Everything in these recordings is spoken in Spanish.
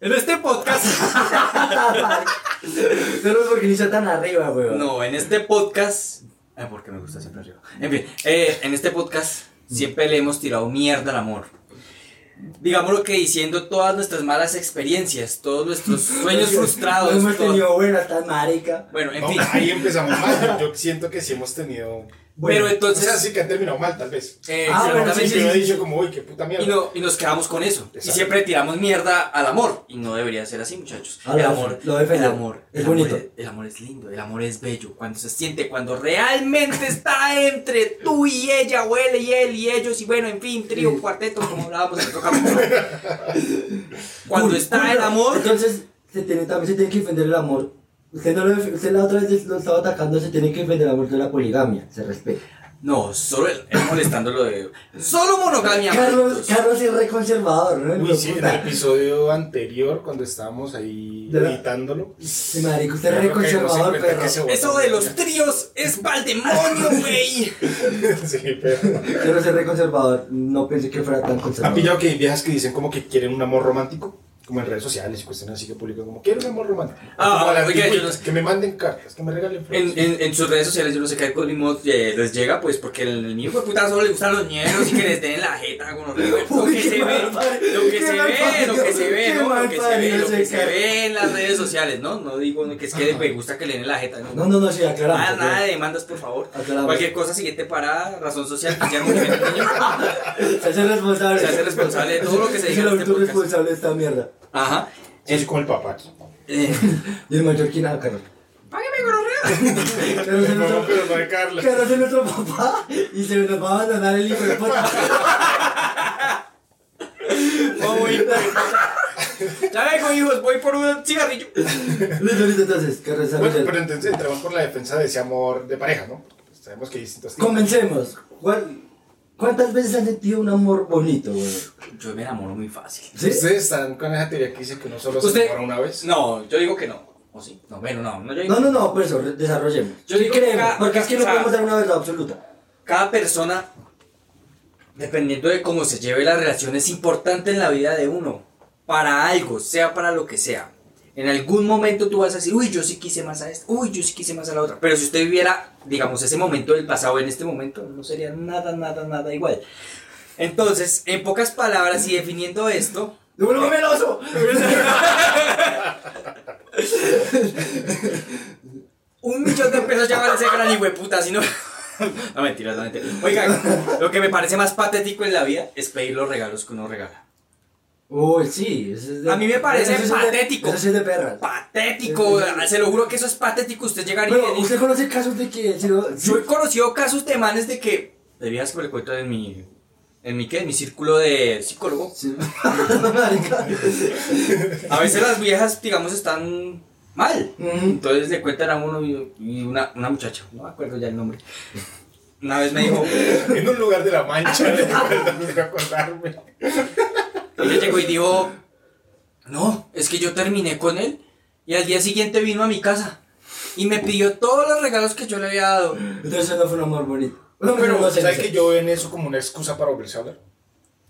este podcast. Solo es porque ni está tan arriba, weón. No, en este podcast. Ah, porque me gusta siempre arriba. En fin, eh, en este podcast siempre le hemos tirado mierda al amor. Digámoslo que diciendo todas nuestras malas experiencias, todos nuestros sueños frustrados. No hemos todo- tenido buena tan marica. Bueno, en No, fin. ahí empezamos mal. Yo siento que sí hemos tenido. Pero O entonces. sea, sí que han terminado mal, tal vez. eh, Ah, bueno, Sí, exactamente, que yo he dicho como, uy, qué puta mierda. Y, no- y nos quedamos con eso. Y Exacto. siempre tiramos mierda al amor. Y no debería ser así, muchachos. Ah, lo el def- amor. lo defiendo. El amor. Es el amor bonito. el amor es lindo. El amor es bello. Cuando se siente, cuando realmente está entre tú y ella, o él y él y ellos. Y bueno, en fin, trío, cuarteto, como hablábamos en otro capítulo. cuando Uy, está uy, el amor. Entonces, se tiene, también se tiene que defender el amor. Usted, no lo, def- usted la otra vez lo estaba atacando, se tiene que defender el amor de la poligamia. Se respeta. No, solo el, es molestando lo de. Solo monogamia. Carlos, malditos. Carlos es re conservador, ¿no? Uy, Hijo sí, en puta. el episodio anterior, cuando estábamos ahí De la- editándolo. Sí, marica, usted es re Creo que nos dimos conservador, cuenta perro. que se votó. Eso de los tríos es pa'l demonio, güey. sí, pero. Quiero ser re conservador, no pensé que fuera tan ¿Han conservador. pillado que hay viejas que dicen como que quieren un amor romántico? Como en redes sociales y cuestiones así que publican como, quiero un amor romántico. Ah, Como a la oiga, antigüita, yo no sé. Que me manden cartas, que me regalen flores. En, en, en sus redes sociales yo no sé qué algoritmo eh, les llega, pues porque el, el mío hijo de puta solo le gustan los ñeros y que les den la jeta con los ríos. Lo Uy, que qué se ve, mal padre, lo que qué se mal ve, padre, lo que se ve, qué ¿no? Lo mal que se padre, ve, lo ese que se cara. ve en las redes sociales, ¿no? No digo no, que es que me gusta que le den la jeta, ¿no? No, no, no, sí, aclaramos. Nada, Ah, nada de aclaramos. demandas, por favor. Aclaramos. Cualquier cosa, siguiente parada, razón social, pues, Guillermo Jiménez Niño. Se hace responsable. Se hace responsable de todo lo que se Es diga en el este autor podcast. responsable de esta mierda. Ajá. Sí, es como el papá aquí. Eh, Y el mayor, ah, ¿quién era Carlos? Págame con los ríos. Carlos es nuestro- no de Carla. Carlos es nuestro papá y se nos va a abandonar el hijo de puta. Vamos, hijo de puta. Ya vengo, hijos, voy por un cigarrillo. Listo, listo, entonces, Carlos Bueno, Samuel. pero entonces entramos por la defensa de ese amor de pareja, ¿no? Pues, Sabemos que hay distintos tipos. Comencemos. ¿Cuál- ¿Cuántas veces has sentido un amor bonito, güey? Yo me enamoro muy fácil. ¿Sí? Ustedes están con esa teoría que dice que uno solo ¿Usted? se enamora una vez. No, yo digo que no. ¿O sí? No, bueno, no. no, yo digo- No, no, no, por eso, re- desarrollemos. Yo ¿Qué digo que creemos? cada- Porque es que no o sea- podemos dar una verdad absoluta. Cada persona, dependiendo de cómo se lleve la relación, es importante en la vida de uno. Para algo, sea para lo que sea. En algún momento tú vas a decir, uy, yo sí quise más a esta, uy, yo sí quise más a la otra. Pero si usted viviera, digamos, ese momento del pasado en este momento, no sería nada, nada, nada igual. Entonces, en pocas palabras y definiendo esto, ¡Devuélvame el oso! Un millón de pesos ya vale ese gran hijueputa, si no. No mentiras, no mentiras. Oiga, lo que me parece más patético en la vida es pedir los regalos que uno regala. Uy, sí. eso es de- A mí me parece eso es de- patético. eso es de perras. Patético, se lo juro que eso es patético. Usted llegar y. Pero, ¿usted conoce casos de que... si no- Yo he conocido casos de manes de que. Debías que me lo cuento en mi. ¿En mi qué? En mi círculo de psicólogo. Sí. Marica. A veces las viejas, digamos, están mal. Ujú. Entonces le cuentan a uno y y una, una muchacha, no me acuerdo ya el nombre. Una vez me dijo, En un lugar de la mancha, de verdad, no quiero acordarme. ella llegó y dijo, no, es que yo terminé con él y al día siguiente vino a mi casa y me pidió todos los regalos que yo le había dado. Entonces no fue un amor bonito. No, Pero, no sé, ¿sabes no sé. que yo ven eso como una excusa para volverse a hablar?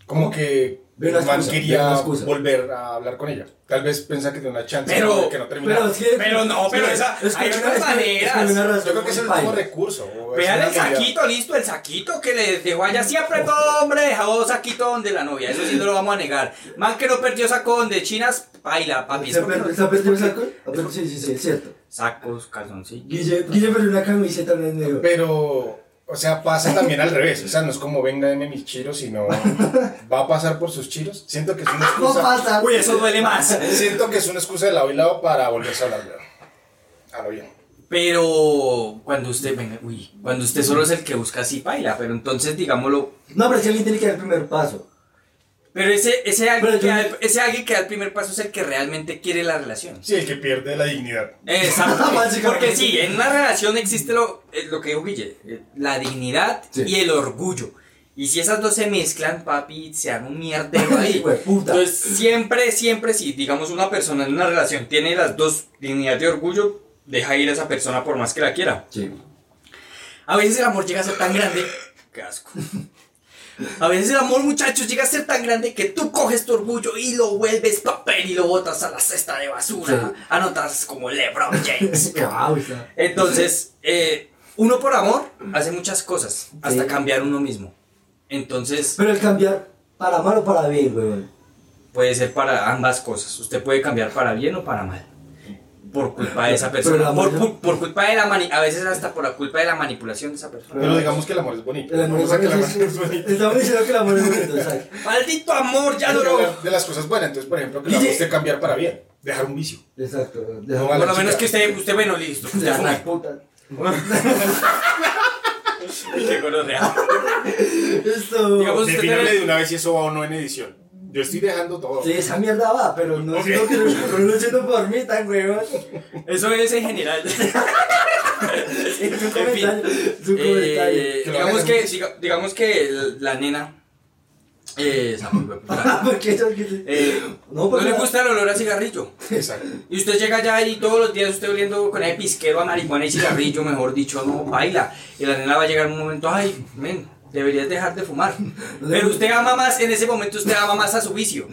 Como que Ve una el man excusa, ve una quería excusa. volver a hablar con ella. Tal vez piensa que tiene una chance Pero- pero, que no termina. Pero, sí, Pero no, pero sí, esa- es que hay una- otras es que- es que hay una razón yo creo que es el muy último paila. recurso. o es Vean Pues una el realidad. saquito, listo, el saquito que le dejó allá. Siempre todo hombre dejó saquito donde la novia, eso sí no lo vamos a negar. Más que no perdió saco donde chinas, baila, papi. es ¿Se ha porque- per- se ha perdido el saco? Ah, pero Sí, sí, sí, es cierto. Sacos, calzoncillos. Guille, Guille perdió una camiseta una vez me dijo. Pero, o sea, pasa también al revés. O sea, no es como venga deme mis chiros, sino va a pasar por sus chiros. Siento que es una Ah, No excusa. pasa. Uy, eso duele más. Siento que es una excusa de lado y lado para volverse a hablar. weón. A lo bien. Pero cuando usted, venga, uy, cuando usted solo es el que busca, sí baila, pero entonces digámoslo. No, pero es que alguien tiene que dar el primer paso. Pero ese, ese, alguien, Pero que yo- da, el- ese alguien que da el primer paso es el que realmente quiere la relación. Sí, el que pierde la dignidad. Exacto. Básicamente. Porque sí, en una relación existe lo, eh, lo que dijo Guille, eh, la dignidad Sí. y el orgullo. Y si esas dos se mezclan, papi, se dan un mierdero ahí. Hijueputa. Entonces, siempre, siempre, si digamos una persona en una relación tiene las dos, dignidad y orgullo, deja ir a esa persona por más que la quiera. Sí. A veces el amor llega a ser tan grande. Qué asco. A veces el amor, muchachos, llega a ser tan grande que tú coges tu orgullo y lo vuelves papel y lo botas a la cesta de basura. Sí. Anotas como LeBron James. Causa. Entonces, eh, uno por amor hace muchas cosas, hasta Sí. cambiar uno mismo. Entonces, Pero el cambiar para mal o para bien, weón. puede ser para ambas cosas. Usted puede cambiar para bien o para mal. Por culpa de esa Pero el persona. amor Por, ya- pu- por culpa de la mani- a veces hasta por la culpa de la manipulación de esa persona. Pero digamos que el amor es bonito. El amor O sea, que el amor es es bonito. Estamos diciendo que el amor es bonito, ¿sabes? Maldito amor, ya Hay que duró. hablar De las cosas buenas, entonces, por ejemplo, que Dice- la usted cambiar para bien, dejar un vicio. Exacto. weón. No, Por la lo menos chica. que usted, usted bueno, listo. De Usted las fue. putas. Qué gonorrea. Esto. Digamos- usted Defínale debe- de una vez si eso va o no en edición. Yo estoy dejando todo. Sí, esa mierda va, pero no Ok. siento que no lo siento por mí tan weón. Eso es en general. Es un En fin. comentario. Es un Eh, comentario. Que lo digamos, hagan. que, siga- digamos que el- la nena. eh, esa muy buena puta. Ah, ¿Por qué eso que- Eh, No, no, porque- le gusta el olor a cigarrillo. Exacto. Y usted llega allá y todos los días usted oliendo con el pisquero a marihuana y cigarrillo, mejor dicho, no baila. Y la nena va a llegar un momento, ay, men, deberías dejar de fumar. Pero usted ama más, en ese momento usted ama más a su vicio.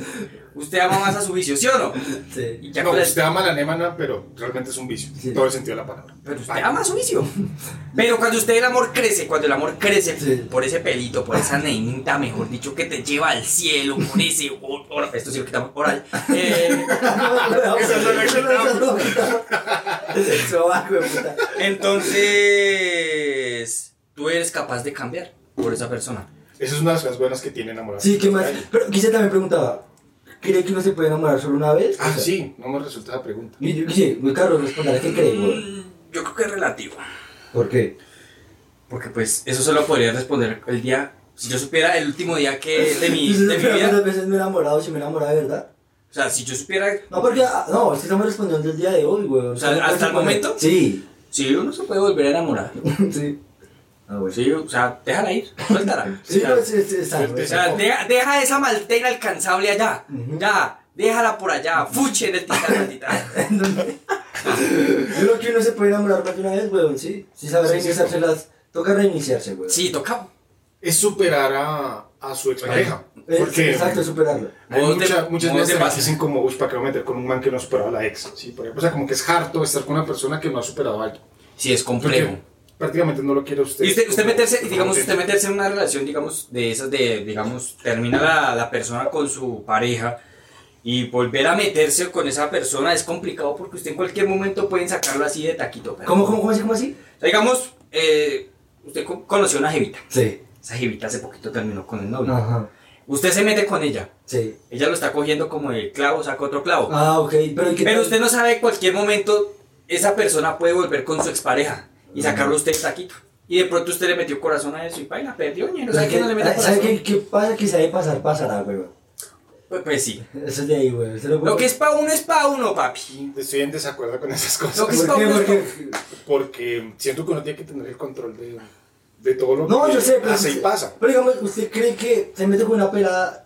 Usted ama más a su vicio, ¿sí o no? Sí. Y ya no, con la- usted ama la némana, pero realmente es un vicio. este- Sí. Todo el sentido de la palabra. Pero usted Ay, ama su vicio. Pero cuando usted el amor crece, cuando el amor crece Sí. por ese pelito, por esa nenita, mejor dicho, que te lleva al cielo, por ese or- or- esto sí lo quitamos oral. eh, Esa no la quitamos. Eso va, weón, puta. Entonces, tú eres capaz de cambiar por esa persona. Esa es una de las cosas buenas que tiene enamorar. Sí, ¿qué más? Pero quizá también preguntaba, ¿cree que uno se puede enamorar solo una vez? Ah, O sea, sí, no me resulta la pregunta. Y yo quise, muy caro responder, ¿qué cree, güey? Mm, Yo creo que es relativo. ¿Por qué? Porque pues eso solo podría responder el día, si yo supiera el último día que de mi, Yo sé de mi que vida. ¿Cuántas veces me he enamorado si me he enamorado de verdad? O sea, si yo supiera... No, porque, ah, no, es que estamos respondiendo el día de hoy, güey. sea, ¿hasta el momento? Sí. Si uno se puede volver a enamorar. sí. Ah, bueno. Sí, o sea, déjala ir, suéltala. Sí, O sea, no, sí, sí, está, O güey. sea, deja, deja esa malta inalcanzable allá. Ujú. Ya, déjala por allá. Fuche en el titán, la titán. Yo creo que uno se puede enamorar más de una vez, güey, sí. Sí, sabe Sí, sí, reiniciarse las... Toca reiniciarse, güey. Sí, toca. Es superar a, a su expareja. Es- Porque Exacto, superarlo. hay Vos te- mucha- muchas vos veces te que pasas. dicen como, uy, ¿para qué voy a meter con un man que no ha superado a la ex? Sí, por ejemplo, o sea, como que es harto estar con una persona que no ha superado a alguien. Sí, es complejo. Porque prácticamente no lo quiere usted. Y usted, usted como- meterse, como digamos, usted. usted meterse en una relación, digamos, de esas de, digamos, termina la, la persona con su pareja y volver a meterse con esa persona es complicado porque usted en cualquier momento pueden sacarlo así de taquito. pero- ¿Cómo, cómo, cómo así, cómo así? O sea, digamos, eh, usted co- conoció una jevita. Sí. Esa jevita hace poquito terminó con el novio. Ajá. Usted se mete con ella. Sí. Ella lo está cogiendo como el clavo, saca otro clavo. Ah, ok. Pero, ¿y qué Pero tal? usted no sabe, en cualquier momento, esa persona puede volver con su expareja y sacarlo usted de taquito. Y de pronto usted le metió corazón a eso y paila, perdió, ñero. ¿Sabe quién no le metió ¿Sabe corazón? qué, qué pasa? Que sabe pasar, pasará, güey. Pues, pues sí. Eso es de ahí, güey. Eso Lo que es pa' uno es pa' uno, papi. Estoy en desacuerdo con esas cosas. Lo que es ¿Por pa' qué? uno es ¿Por pa' uno. qué? Porque siento que uno tiene que tener el control de, de todo lo No, que yo sé, pero. hace y usted- pasa. Pero digamos, ¿usted cree que se mete con una pelada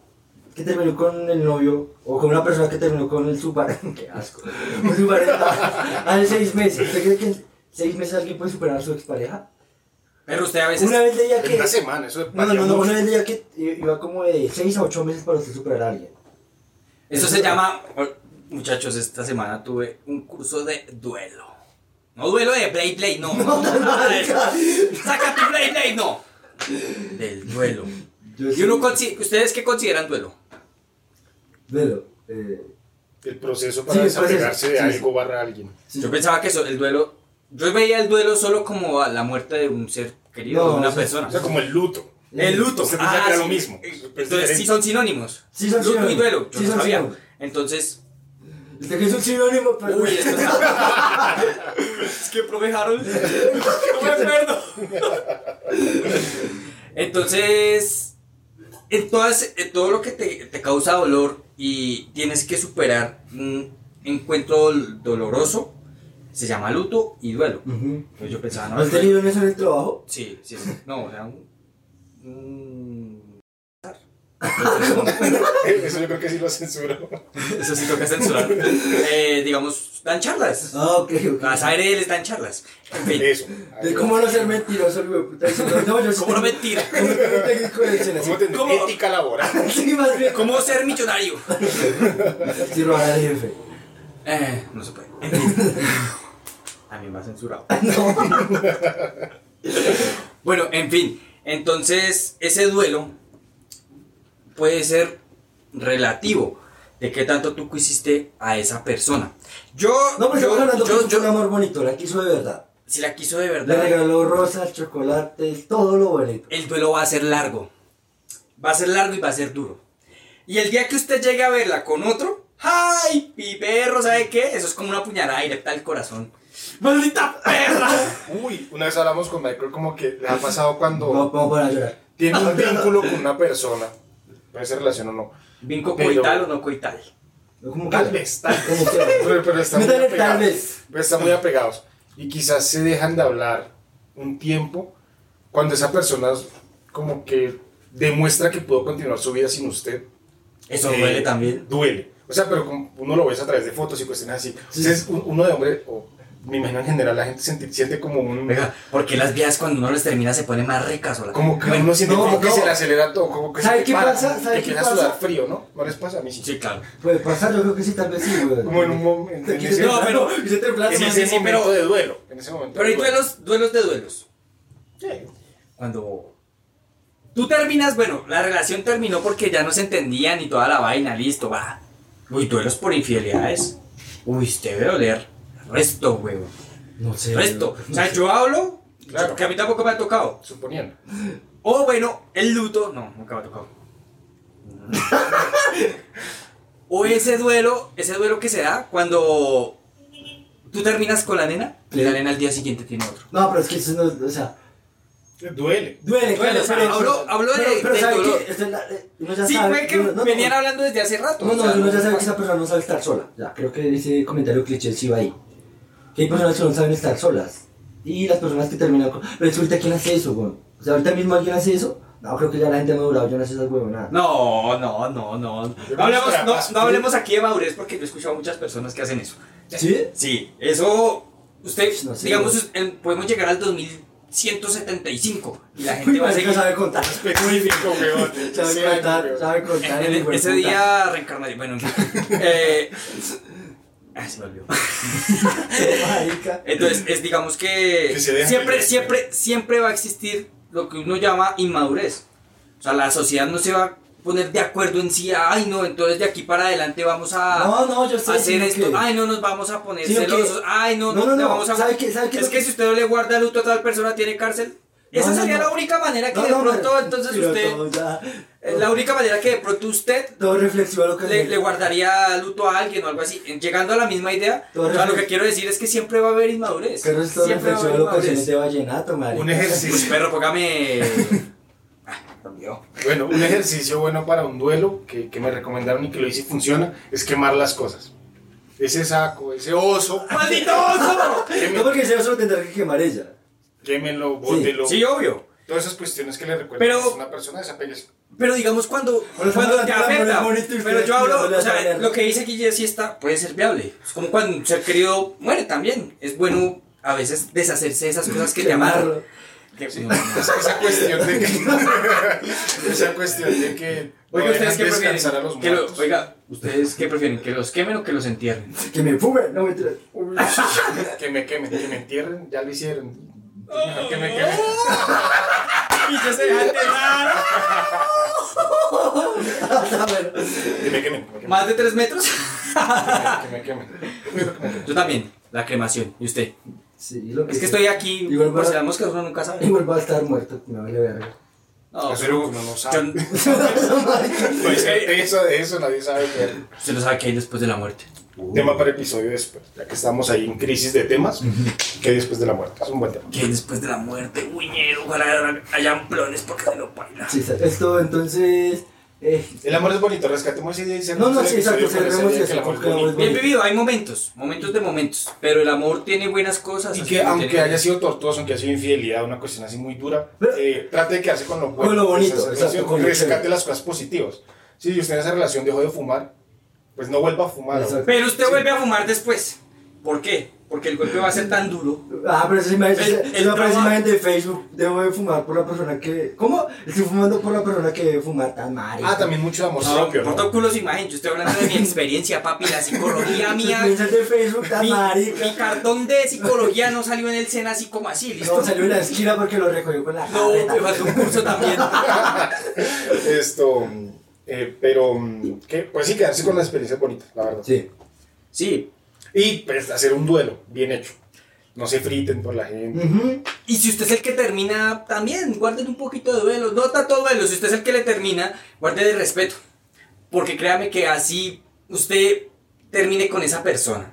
que terminó con el novio o con una persona que terminó con el su pareja? Qué asco. Con su pareja hace seis meses. ¿Usted cree que en seis meses alguien puede superar a su expareja? Pero usted a veces. Una vez leía En que. una semana, eso No, no, varía no, no, mucho. una vez leía que iba como de seis a ocho meses para usted superar a alguien. Eso se llama. Muchachos, esta semana tuve un curso de duelo. No duelo de Blade Blade, no. no, nada de eso. Saca tu Blade Blade, no. Del duelo. Yo Y sí- uno consi- ¿Ustedes qué consideran duelo? Velo. Eh, El proceso Sí, para el desapegarse proceso, de sí, algo barra alguien. sí. Yo pensaba que eso, el duelo. Yo veía el duelo solo como a la muerte de un ser querido, No, de una sí, persona. O sea, como el luto. el luto. ah, Usted pensaba que era sí. lo mismo. Es Entonces, diferente. sí son sinónimos. Sí son Luto y sinónimos. duelo. Yo Sí no son sabía. sinónimos. Entonces, Usted que es un sinónimo, pues, pero. uy, esto es que profe Harold. No me acuerdo. Entonces, en, todas- en todo lo que te, te causa dolor y tienes que superar un encuentro dol- doloroso, se llama luto y duelo. Ujú. Entonces yo pensaba, no, ¿No has tenido en eso en el trabajo? Sí, sí, sí. No, o sea, un. un- Eso yo creo que sí lo censuro. Eso sí toca censurar. Eh, digamos, dan charlas. Ah, ok, ok. Las ARL dan charlas. En fin, Eh. Eso. De cómo no ser mentiroso, güey, puta. diciendo, No, yo sí ¿cómo no tengo- mentir? Tengo un técnico de ¿Cómo selección. tener ¿Cómo? ética laboral? Sí, más bien. ¿Cómo ser millonario? Eh. Sí, robar al jefe. Eh, no se puede. En fin. A mí me ha censurado. Bueno, en fin. Entonces, ese duelo puede ser relativo de qué tanto tú quisiste a esa persona. Yo, No, pero estamos yo, hablando que yo, fue un yo- amor bonito, la quiso de verdad. si la quiso de Le verdad, regaló rosas, chocolates, todo lo bonito. el duelo va a ser largo. Va a ser largo y va a ser duro. Y el día que usted llegue a verla con otro, ¡ay, mi perro! ¿Sabe qué? Eso es como una puñalada directa al corazón. ¡Maldita perra! Uy, una vez hablamos con Michael como que le ha pasado Vamos, cuando vamos para llorar. tiene un vínculo con una persona. Puede ser relación o no. ¿Vinco Pero- coital o no coital? No, como Tal que- vez, tal vez. Como que- Pero, pero están muy Métale tal apegados. vez. Pero están muy apegados. Y quizás se dejan de hablar un tiempo cuando esa persona como que demuestra que pudo continuar su vida sin usted. Eso Eh, duele también. Duele. O sea, pero como uno lo ves a través de fotos y cuestiones así. Sí. Entonces, un- uno de hombre, o me imagino en general, la gente siente, siente como un... Oiga, porque las vías cuando uno les termina se ponen más ricas o la- Como que uno siente no, como que no. se le acelera todo, como que ¿Sabe se te qué para, pasa? te ¿Sabe qué empieza a sudar pasa? frío, ¿no? ¿No les pasa? A mí sí. Sí, claro. Puede pasar, yo creo que sí, tal vez sí, güey. Como en un momento... en Te ese- quise- No, pero- quise temblar, Sí, en man. sí, ese sí, momento pero- de duelo. En ese momento Pero de hay duelos, duelos de duelos. Sí. Cuando tú terminas, bueno, la relación terminó porque ya no se entendían y toda la vaina, listo, va. Uy, duelos por infidelidades. Uy, te veo doler. Resto, huevo. No sé. Resto. güey. O sea, yo hablo, Claro. que a mí tampoco me ha tocado. Suponiendo. O bueno, el luto. No, nunca me ha tocado. o ese duelo, ese duelo que se da cuando tú terminas con la nena y la nena al día siguiente tiene otro. No, pero es que eso no, o sea, Duele. duele, Duele, o sea, habló- habló de- pero, pero del ¿sabe qué? dolor. Esto es la- eh, uno ya sí, sabe, fue que uno- no, venían no, hablando desde hace rato. No, o sea, no, uno ya sabe que pasa. esa persona no sabe estar sola. Ya, creo que ese comentario cliché sí va ahí. Que hay personas que no saben estar solas. Y las personas que terminan con. Pero es que ahorita quién hace eso, güey. O sea, ahorita mismo alguien hace eso. No, creo que ya la gente ha madurado, ya no hace esas huevonadas. No, no, no, no. Yo No hablemos, creo que no, será no hablemos aquí de madurez porque yo he escuchado a muchas personas que hacen eso. ¿Sí? Sí, eso. Usted, No sé, digamos, güey. us- el- podemos llegar al 2175 y la gente Uy, va a marica, seguir. sabe contar. Específico, weón. Sí, Sabe contar, weón. sabe contar. En- en- el hijo de ese puta. día reencarnaría. Bueno, en fin. Eh, ah, se me olvidó. Marica. Entonces, es, digamos que, Que se deja siempre, vivir. siempre, siempre va a existir lo que uno llama inmadurez. O sea, la sociedad no se va a poner de acuerdo en sí. Ay, no, entonces de aquí para adelante vamos a No, no, yo sé. hacer sino esto. que- Ay, no nos vamos a poner Sino que- celosos. Ay, no, no, No, no, te no, vamos a. ¿sabe qué- sabe qué es es lo que que- si usted no le guarda luto a tal persona, tiene cárcel. No, Esa no, sería no. la única manera que No, de no, pronto, pero- entonces pero usted. todo ya- eh, La única manera que de pronto usted Todo reflexivo a lo que le, le guardaría luto a alguien o algo así. En- Llegando a la misma idea, Todo o sea, lo reflex- que quiero decir es que siempre va a haber inmadurez. Pero es todo siempre va a reflexivo a haber lo que inmadurez. se vallenato, marica. Un ejercicio. Uy, perro, póngame. Ah, me olvidó. Bueno, un ejercicio bueno para un duelo que, que me recomendaron y que lo hice y funciona es quemar las cosas. Ese saco, ese oso, ¡Maldito oso! No porque sea solo tendrá que quemar ella. quémelo, bótelo. Sí, obvio. Todas esas cuestiones que le recuerdan Pero- a una persona, desapéguese. Pero digamos cuando, Pero cuando estamos te hablando de afecta. amor bonito y Pero ustedes yo hablo, tirándole o a la sea, mierda. lo que dice aquí ya sí está, puede ser viable. Es como cuando un ser querido muere también. Es bueno a veces deshacerse de esas cosas que te amarran. Que- no, no, no. Esa, esa cuestión de que. esa cuestión de que. no Oiga, ¿ustedes dejan qué descansar a los prefieren? Que lo- muertos. oiga, ¿ustedes qué prefieren? ¿Que los quemen o que los entierren? Que me fume, no me tires. que me quemen, que me entierren, ya lo hicieron. Oh. Mejor que me quemen. Y yo se deja enterrar. Ah, Que me quemen, que me quemen. ¿Más de tres metros? Que me quemen. Yo también, la cremación. ¿Y usted? Sí, lo Es que estoy aquí Igual por para- si la mosca uno nunca sabe. Igual va a estar muerto, me vale verga. No, Eso pero uno no sabe. yo- Pues, de eso, eh, de eso nadie sabe que. se lo sabe que hay después de la muerte. Uh. Tema para episodio después, ya que estamos ahí en crisis de temas, que después de la muerte. Es un buen tema. que hay después de la muerte, uñero, ojalá hayan plones porque se lo baila. Sí, sa- esto entonces. Eh, El amor es bonito, rescatemos ese día y cerremos No, no, el sí, episodio exacto, con esa cerremos idea eso, que el amor es porque el amor bonito. es Bien vivido, hay momentos, momentos de momentos, pero el amor tiene buenas cosas. Y así que aunque tiene- haya sido tortuoso, aunque haya sido infidelidad, una cuestión así muy dura, Pero- eh, trate de quedarse con lo bueno. Con lo bonito, de esa exacto, relación, con lo rescate chévere. las cosas positivas. Si usted en esa relación dejó de fumar, pues no vuelva a fumar. Exacto. Pero usted vuelve a fumar después. ¿Por qué? Porque el golpe va a ser tan duro. Ah, pero esa imagen, El- esa- el esa aparece trabajo- imagen de Facebook. Debo de fumar por la persona que. ¿Cómo? Estoy fumando por la persona que debe fumar tan mal. Ah, también mucho de amor No, propio, por ¿no? todo culo su imagen. Yo estoy hablando de mi experiencia, papi. La psicología mía. Piensas de Facebook tan Mi, marica. mi cartón de psicología no salió en el SENA así como así, No, ¿listo? salió en la esquina porque lo recogió con la No, carreta. me faltó un curso también. Esto, eh, pero, mm, ¿qué? Pues sí, quedarse con la experiencia bonita, la verdad. Sí. Sí. Y pues hacer un duelo, bien hecho. No se friten por la gente. Ujú. Y si usted es el que termina, también guarden un poquito de duelo. No tanto duelo. Si usted es el que le termina, guarde de respeto. Porque créame que así usted termine con esa persona.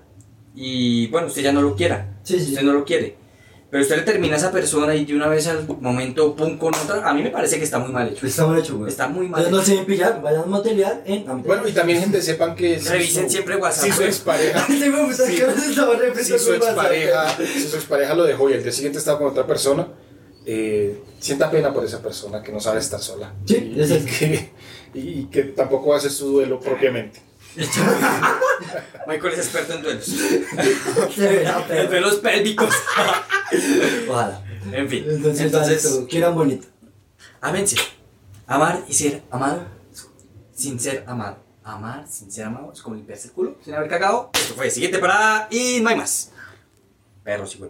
Y bueno, usted ya no lo quiera. Sí, sí. Usted no lo quiere. Pero usted le termina a esa persona y de una vez al momento, pum, con otra. A mí me parece que está muy mal hecho. Está mal hecho, güey. Está muy mal Entonces hecho. no se deben pillar, vayan a material en Amper. Bueno, y también, gente, sepan que. si Revisen su- siempre WhatsApp. Si su expareja. Sí, me gusta Sí. que ahora se estaba si refrescando su el WhatsApp. expareja, si su expareja lo dejó y el día siguiente estaba con otra persona, eh, sienta pena por esa persona que no sabe estar sola. Sí, y, es y eso. que, y- y que tampoco va a hacer su duelo propiamente. Michael es experto en duelos. Se verá, En pero- duelos pélvicos. Ojalá. en fin. Entonces, Entonces quieran bonito. Ámense. Amar y ser amado. Sin ser amado. Amar sin ser amado. Es como limpiarse el culo. Sin haber cagado. Esto fue. Siguiente parada. Y no hay más. Perros y huevos.